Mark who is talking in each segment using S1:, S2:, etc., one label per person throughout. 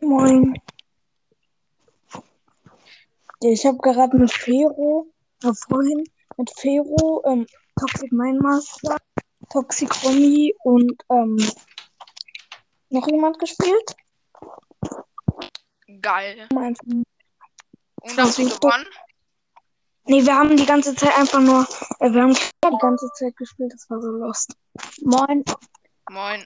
S1: Moin. Ich habe gerade mit Fero, äh, vorhin mit Fero, ähm, Toxic Mind Master, Toxic Romy und ähm, noch jemand gespielt.
S2: Geil.
S1: Mal Einfach,
S2: Und hast du
S1: Versuch doch-
S2: gewonnen?
S1: nee, wir haben die ganze Zeit einfach nur, äh, wir haben die ganze Zeit gespielt, das war so lost. Moin.
S2: Moin.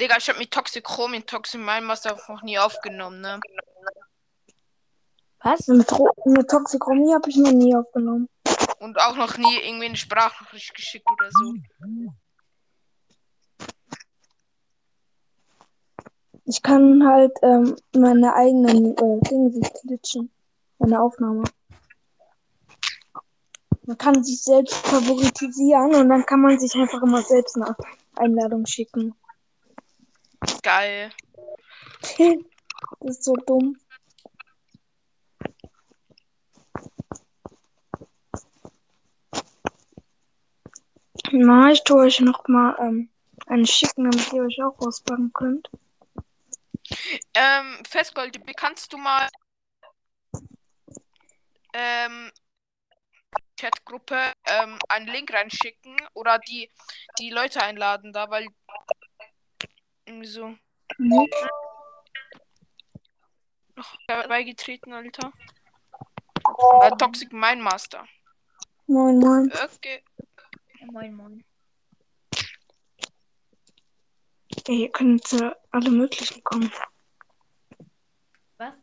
S2: Digga, ich hab mit Toxichrom in Toxic Mind Master noch nie aufgenommen, ne?
S3: Was?
S1: Mit, Ro- mit Toxic Romy habe ich noch nie aufgenommen.
S2: Und auch noch nie irgendwie eine Sprachnachricht geschickt oder so.
S1: Ich kann halt ähm, meine eigenen äh, Dinge sich glitschen. Meine Aufnahme. Man kann sich selbst favoritisieren und dann kann man sich einfach immer selbst eine Einladung schicken.
S2: Geil.
S1: das ist so dumm. Na, ich tue euch noch mal ähm, einen schicken, damit ihr euch auch auspacken könnt.
S2: Ähm, Festgold, kannst du mal ähm, Chatgruppe ähm, einen Link reinschicken oder die, die Leute einladen da, weil irgendwie so
S1: Mhm.
S2: beigetreten, Alter. Äh, Bei Toxic Mind Master.
S1: Moin, moin.
S2: Okay.
S3: Moin, moin.
S1: Ey, ihr könnt jetzt äh, alle möglichen kommen.
S3: Was?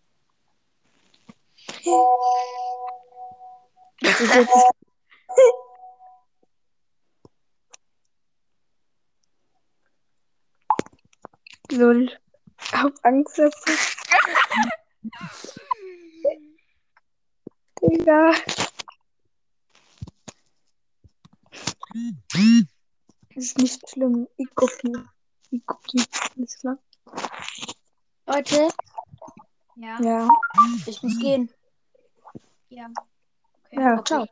S1: Das ist jetzt- Lol. Hab Angst davor. Digga. Ist nicht schlimm. Ich cookie. Ich cookie. Alles klar?
S3: Leute? Ja.
S1: Ja.
S3: Ich muss gehen.
S1: Ja,
S3: Okay.
S1: ciao.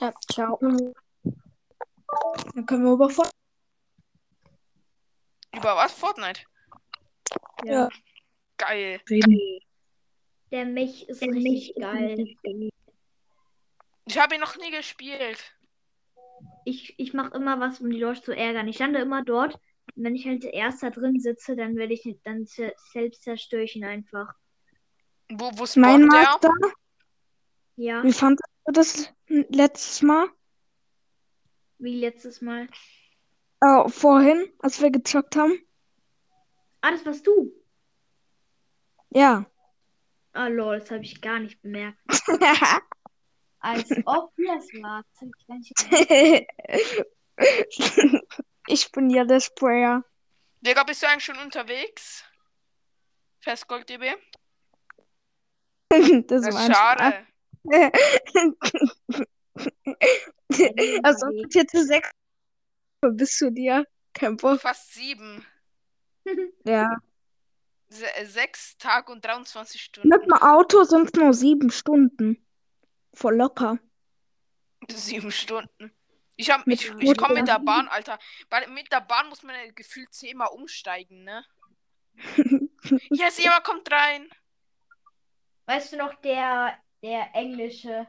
S3: Ja, ciao.
S1: Dann können wir über Fortnite.
S2: Über was? Fortnite.
S1: Ja.
S2: Geil.
S1: reden.
S4: Der Mech ist richtig geil.
S2: Ich habe ihn noch nie gespielt.
S4: Ich, ich mache immer was, um die Leute zu ärgern. Ich lande immer dort. Und wenn ich halt erst da drin sitze, dann werde ich dann zer- selbst zerstöre ich ihn einfach.
S2: Wo, wo
S1: Mein
S2: spawnt der?
S1: Master,
S4: Ja,
S1: wie fandest du das letztes Mal?
S4: wie letztes Mal.
S1: Äh, vorhin, als wir gezockt haben?
S4: Ah, das warst du.
S1: Ja.
S4: Ah, lol, das habe ich gar nicht bemerkt. Als ob du das war. Das hab ich gar nicht bemerkt.
S1: ich bin ja der Sprayer.
S2: Digga, bist du eigentlich schon unterwegs? Festgold DB?
S1: Das
S2: Das
S1: war
S2: ist
S1: ein
S2: schade.
S1: Spaß. Also, ob ich jetzt eine sechs bist du dir? Kein Bock.
S2: Fast sieben.
S1: Ja.
S2: Se äh, sechs Tag und 23 Stunden.
S1: Mit dem Auto sind es nur sieben Stunden. Voll locker.
S2: Sieben Stunden. Ich, hab,
S1: Mit
S2: ich, ich
S1: Auto.
S2: komme mit der Bahn, Alter. Bei, mit der Bahn muss man ja gefühlt zehnmal umsteigen, ne? Yes, jemand kommt rein.
S4: Weißt du noch, der, der englische.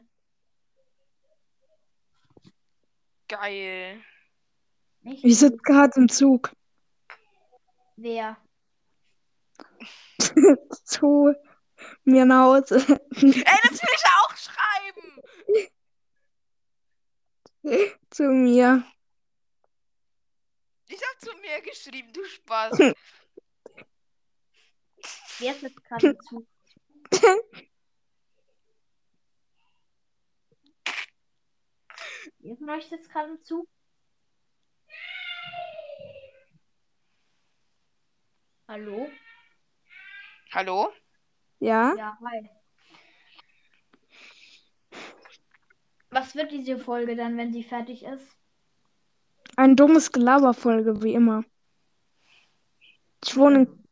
S2: Geil.
S4: Nicht?
S1: Ich sitze gerade im Zug.
S4: Wer?
S1: Zu mir nach Hause.
S2: Ey, das will ich auch schreiben.
S1: Zu mir.
S2: Ich hab zu mir geschrieben, du Spaß.
S4: Wer ist jetzt gerade zu? Wer von euch sitzt gerade im Zug? Hallo?
S2: Hallo?
S1: Ja?
S4: Ja, hi. Was wird diese Folge dann, wenn sie fertig ist?
S1: Ein dummes Gelaberfolge, wie immer. Ich wohne in.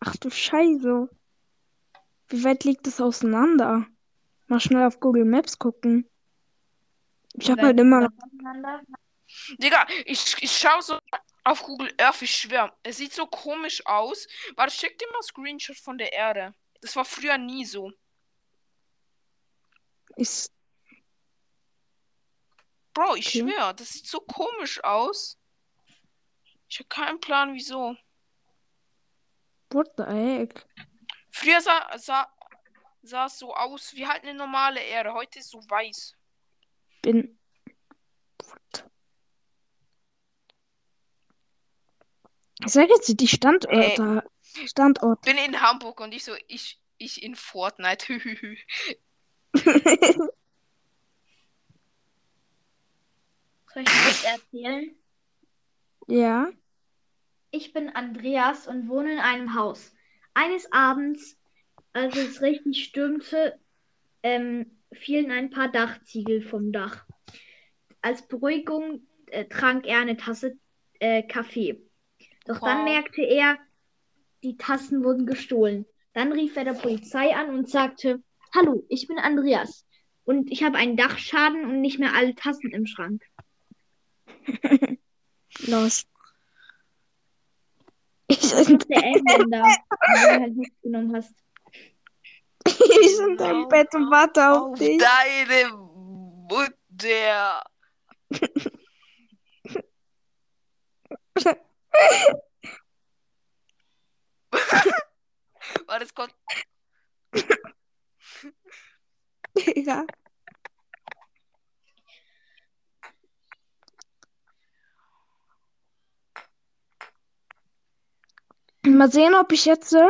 S1: Ach du Scheiße. Wie weit liegt das auseinander? Mal schnell auf Google Maps gucken. Ich habe halt immer.
S4: Auseinander?
S2: Digga, ich, ich schau so Auf Google Earth, ich schwör. Es sieht so komisch aus. Warte, schick dir mal Screenshot von der Erde. Das war früher nie so.
S1: Ist
S2: Bro, ich
S1: Okay.
S2: schwör, das sieht so komisch aus. Ich habe keinen Plan, wieso.
S1: what the heck?
S2: Früher sah, sah, sah es so aus wie halt eine normale Erde. Heute ist so weiß.
S1: Bin. What? Ich sag jetzt die Standorte. Standort.
S2: Bin in Hamburg und ich so, ich, ich in Fortnite. Hühühü.
S4: Soll ich das erzählen?
S1: ja.
S4: Ich bin Andreas und wohne in einem Haus. Eines Abends, als es richtig stürmte, ähm, fielen ein paar Dachziegel vom Dach. Als Beruhigung äh, trank er eine Tasse äh, Kaffee. Doch dann
S2: Wow.
S4: merkte er, die Tassen wurden gestohlen. Dann rief er der Polizei an und sagte, Hallo, ich bin Andreas und ich habe einen Dachschaden und nicht mehr alle Tassen im Schrank.
S1: Los. Ich
S4: Das
S1: bin,
S4: ist der Engländer, weil du halt nichts genommen hast.
S1: ich in deinem Bett und warte auf dich.
S2: Deine Mutter. Warte, es kommt.
S1: Ja. Mal sehen, ob ich jetzt äh,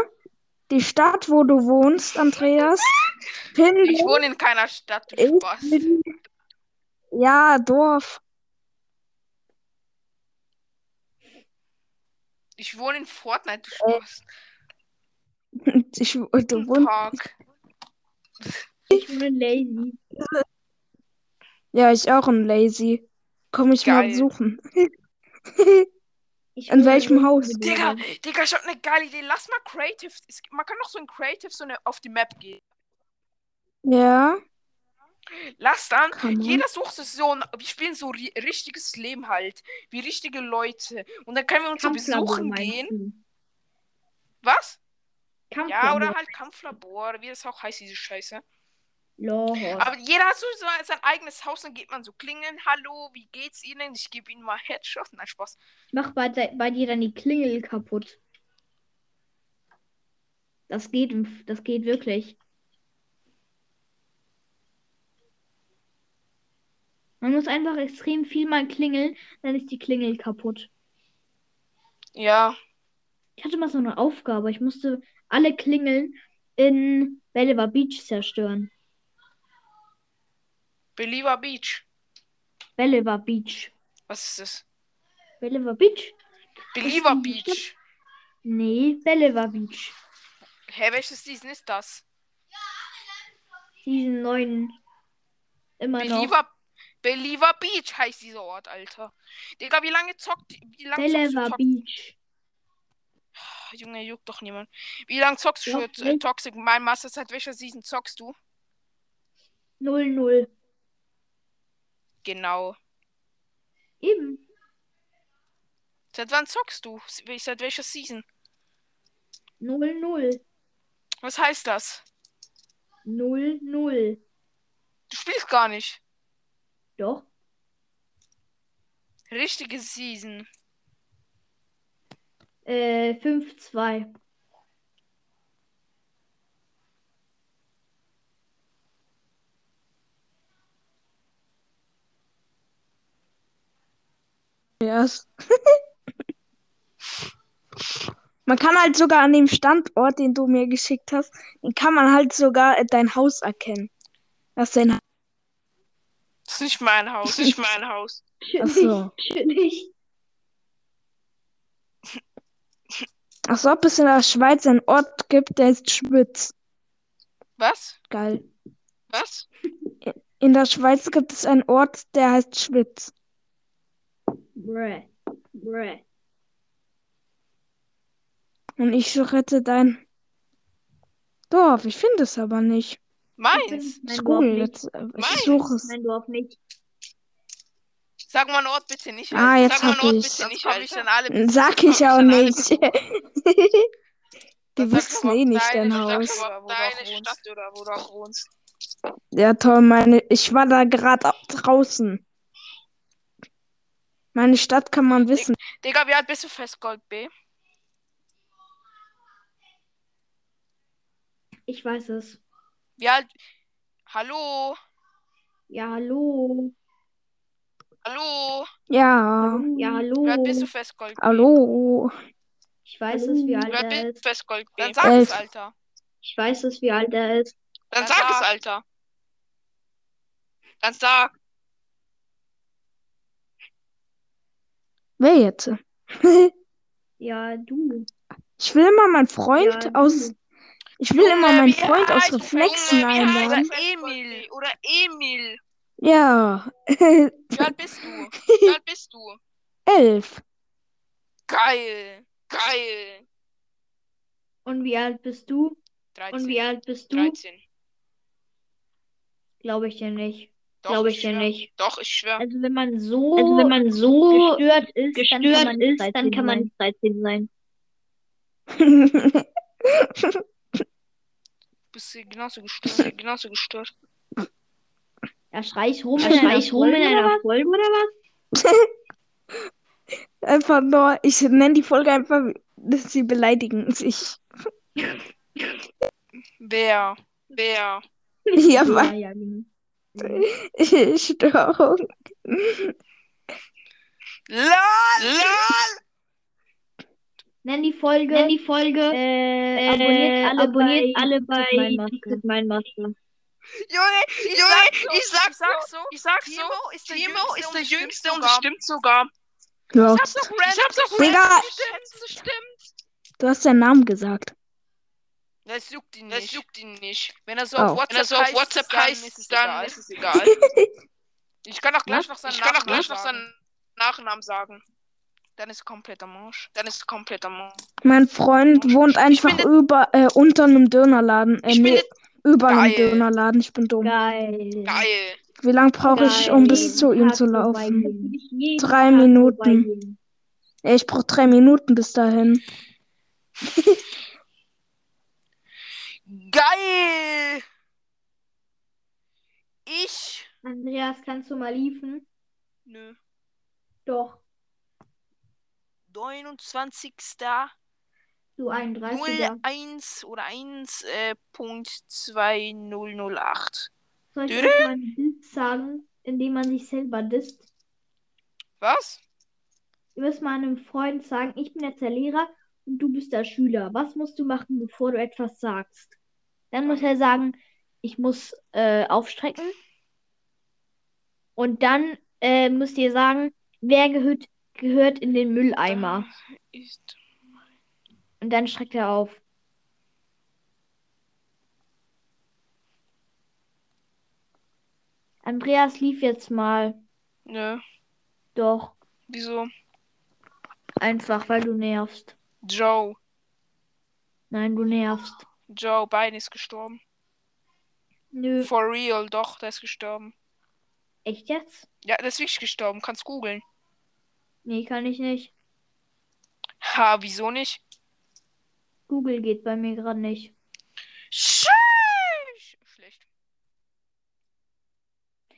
S1: die Stadt, wo du wohnst, Andreas, finde.
S2: Ich wohne in keiner Stadt,
S1: Ich
S2: du Spaß.
S1: bin- Ja, Dorf.
S2: Ich wohne in Fortnite, du Spaß.
S1: Ich, Äh, du
S2: Im
S1: wohnst,
S2: Park.
S4: Ich wohne in Lazy.
S1: ja, ich auch in Lazy. Komm ich mal
S2: Geil.
S1: besuchen.
S4: Ich
S1: In
S4: wohne
S1: welchem
S4: in
S1: Haus?
S4: Lazy.
S2: Digga, Digga, ich hab eine geile Idee. Lass mal Creative. Es, man kann doch so in Creative so eine, auf die Map gehen.
S1: Ja,
S2: Lass dann.
S1: kann man.
S2: Jeder sucht sich so ein. Wir spielen so ri richtiges Leben halt. Wie richtige Leute. Und dann können wir uns so
S4: Kampflabor
S2: besuchen
S4: meinst
S2: gehen.
S4: du?
S2: Was? Ja,
S4: Kampflabor.
S2: oder halt Kampflabor, wie das auch heißt, diese Scheiße.
S4: Lol.
S2: Aber jeder hat so so sein eigenes Haus, dann geht man so klingeln. Hallo, wie geht's Ihnen? Ich gebe Ihnen mal Headshot. Nein, Spaß.
S4: Ich mach bei, de- bei dir dann die Klingel kaputt. Das geht, im F- das geht wirklich. Man muss einfach extrem viel mal klingeln, dann ist die Klingel kaputt.
S2: Ja.
S4: Ich hatte mal so eine Aufgabe. Ich musste alle Klingeln in Bellevue Beach zerstören.
S2: Believer Beach.
S4: Bellevue Beach.
S2: Was ist das?
S4: Bellevue Beach?
S2: Believer
S4: denn die
S2: Beach.
S4: Nee, Bellevue Beach.
S2: Hä, welches Season ist das?
S4: Diesen neuen. Immer noch.
S2: Believer, Believer Beach heißt dieser Ort, Alter. Digga, wie lange zockt. Wie lange zockst du
S4: Bellevue
S2: Tox-
S4: Beach.
S2: Junge, juckt doch niemand. Wie lange zockst du
S4: Ja,
S2: schon, äh,
S4: welch-
S2: Toxic? Mein Master seit welcher Season zockst du?
S4: 0-0.
S2: Genau.
S4: Eben.
S2: Seit wann zockst du? Se- Seit welcher Season?
S4: 0-0.
S2: Was heißt das?
S4: 0-0.
S2: Du spielst gar nicht.
S4: Doch.
S2: Richtige Season.
S4: Äh, 5-2.
S1: Yes. Man kann halt sogar an dem Standort, den du mir geschickt hast, den kann man halt sogar äh, dein Haus erkennen. Das ist dein
S2: Das ist nicht mein Haus. Das ist nicht mein Haus.
S1: Ach so.
S4: Chillig.
S1: Als ob es in der Schweiz einen Ort gibt, der heißt Schwitz.
S2: Was?
S1: Geil.
S2: Was?
S1: In der Schweiz gibt es einen Ort, der heißt Schwitz.
S4: Brä. Brä.
S1: Und ich suche jetzt dein Dorf. Ich finde es aber nicht.
S4: Ich
S2: Meins?
S4: bin- Mein
S1: Ist
S4: Dorf
S1: Google
S4: nicht.
S1: jetzt. äh, Ich
S2: Meins.
S1: suche es.
S4: Mein Dorf nicht.
S2: Sag mal einen Ort bitte nicht.
S1: Ah,
S2: Alter.
S1: jetzt
S2: Sag mal
S1: hab
S2: einen Ort
S1: ich's.
S2: bitte nicht, weil ich dann alle.
S1: Sag ich auch nicht. Die wissen eh nicht dein Haus.
S2: Wo deine Stadt oder wo du auch wohnst.
S1: Ja, toll, meine. Ich war da gerade au- draußen. Meine Stadt kann man wissen.
S2: Digga, wie alt bist du fest, Gold B?
S4: Ich weiß es.
S2: Wie alt? Hallo?
S4: Ja, hallo.
S2: Hallo?
S1: Ja.
S4: Ja, hallo.
S2: Wie alt bist du fest, Gold B?
S1: Hallo.
S4: Ich weiß es, wie alt
S2: Wie alt
S4: er
S2: bist du
S4: ist.
S2: fest, Gold B? Dann
S1: sag
S2: sag
S1: es,
S2: es,
S1: Elf.
S2: Alter.
S4: Ich weiß es, wie alt er ist.
S2: Dann
S5: Dann
S2: sag
S5: sag
S2: es, Alter. Dann sag.
S1: Wer jetzt?
S4: Ja, du.
S1: Ich will immer meinen Freund
S4: Ja, du.
S1: aus. Ich will
S2: Äh,
S1: immer meinen Freund aus Reflexen
S2: Oder
S1: einladen.
S2: Emil. Oder Emil.
S1: Ja.
S2: Wie alt bist du? Wie alt bist du?
S1: Elf.
S2: Geil. Geil.
S4: Und wie alt bist du?
S2: 13.
S4: Und wie alt bist du?
S2: 13.
S4: Glaube ich dir nicht.
S2: Doch,
S4: Glaube ich dir
S2: schwör.
S4: nicht.
S2: Doch, ich schwör.
S3: Also wenn man so,
S4: Also wenn man so
S3: gestört ist,
S4: gestört ist, dann kann man
S3: 13 sein.
S2: Bist du genauso gestört? Genauso gestört.
S4: ja, schreich rum,
S3: Da
S4: in
S3: schrei
S4: einer
S3: ich rum in
S4: Folge
S3: einer
S4: oder was? Folge oder was?
S1: Einfach nur, ich nenne die Folge einfach, dass sie beleidigen sich.
S2: Wer? Wer?
S1: Ja,
S4: Ja,
S1: weil
S4: ja, genau.
S1: Störung.
S2: LOL! LOL!
S4: Nenn die Folge.
S3: Nenn die Folge.
S4: Äh,
S3: Äh, abonniert
S4: abonniert alle bei,
S3: alle bei
S4: mein Maske.
S3: Mit mein Maske.
S2: Junge, ich,
S5: Junge,
S2: sag so,
S5: ich sag
S2: so,
S5: Ich sag so,
S2: Timo ist der
S5: Timo
S2: Jüngste
S5: ist
S2: und
S5: der
S2: es stimmt sogar.
S5: Jüngste und es stimmt sogar.
S1: Ja,
S2: hab's doch random.
S5: Ich hab's doch
S1: Digga.
S5: random. Stimmt, stimmt.
S1: du hast deinen Namen gesagt.
S2: Das juckt ihn
S5: Das
S2: nicht.
S5: juckt ihn nicht.
S2: Wenn er so
S1: Oh.
S2: auf WhatsApp,
S5: Wenn er so auf
S2: heißt,
S5: WhatsApp
S2: dann ist es
S5: heißt, dann
S2: egal.
S5: ist es egal.
S2: Ich kann auch gleich noch seinen
S5: Ich kann auch
S2: Nachnamen
S5: gleich noch
S2: sagen.
S5: seinen Nachnamen sagen.
S2: Dann ist er komplett am Arsch.
S5: Dann ist es komplett am Arsch.
S1: Mein Freund wohnt einfach über, äh, unter einem Dönerladen. Äh,
S5: Ich bin
S1: nee, über einem
S2: Geil.
S1: Dönerladen. Ich bin dumm.
S4: Geil.
S5: Geil.
S1: Wie lange brauche ich,
S4: Geil.
S1: um bis
S4: Jeden
S1: zu ihm
S4: Tag
S1: zu laufen?
S4: vorbeigehen. Wirklich jeden
S1: Drei
S4: Tag
S1: Minuten.
S4: vorbeigehen.
S1: Ja, ich brauche drei Minuten bis dahin.
S2: Geil! Ich.
S4: Andreas, kannst du mal liefen?
S2: Nö.
S4: Doch.
S2: 29.
S4: Du 31er.
S2: 01 oder 1.2008. Äh, Punkt 2008.
S4: Soll ich
S2: Dö-
S4: euch mal einen Diss sagen, indem man sich selber disst?
S2: Was?
S4: Ihr müsst mal einem Freund sagen, ich bin jetzt der Lehrer und du bist der Schüler. Was musst du machen, bevor du etwas sagst? Dann muss er sagen, ich muss äh, aufstrecken. Und dann äh, müsst ihr sagen, wer gehört, gehört in den Mülleimer.
S2: Ist.
S4: Und dann streckt er auf. Andreas lief jetzt mal.
S2: Nö.
S4: Doch,
S2: ne, Wieso?
S4: einfach, weil du nervst.
S2: Joe.
S4: Nein, du nervst.
S2: Joe Biden ist gestorben.
S4: Nö.
S2: For real, doch, der ist gestorben.
S4: Echt jetzt?
S2: Ja, der ist wirklich gestorben. Kannst googeln.
S4: Nee, kann ich nicht.
S2: Ha, wieso nicht?
S4: Google geht bei mir gerade nicht.
S2: Scheiße! Schlecht.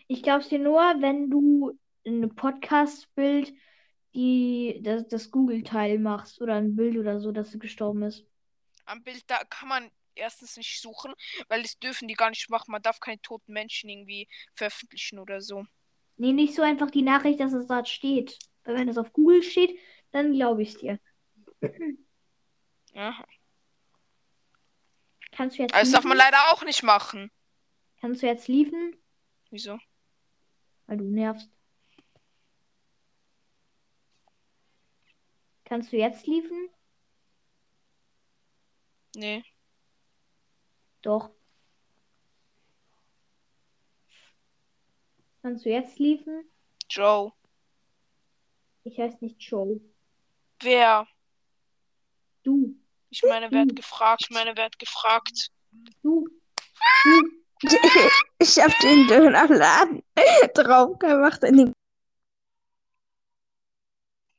S4: Ich glaub's dir nur, wenn du ein Podcast-Bild, die das, das Google-Teil machst oder ein Bild oder so, dass du gestorben bist.
S2: Am Bild, da kann man erstens nicht suchen, weil das dürfen die gar nicht machen. Man darf keine toten Menschen irgendwie veröffentlichen oder so.
S4: Nee, nicht so einfach die Nachricht, dass es dort steht. Weil wenn es auf Google steht, dann glaube ich dir.
S2: Ja.
S4: Kannst du jetzt
S2: Also, Das darf man
S4: liefen?
S2: leider auch nicht machen.
S4: Kannst du jetzt liefen?
S2: Wieso?
S4: Weil du nervst. Kannst du jetzt liefen?
S2: Nee.
S4: Doch. Kannst du jetzt liefen?
S2: Joe.
S4: Ich heiße nicht Joe.
S2: Wer?
S4: Du.
S2: Ich meine, wer hat gefragt?
S5: Ich meine, wer hat gefragt?
S4: Du.
S1: Ich hab den Dönerladen drauf gemacht in den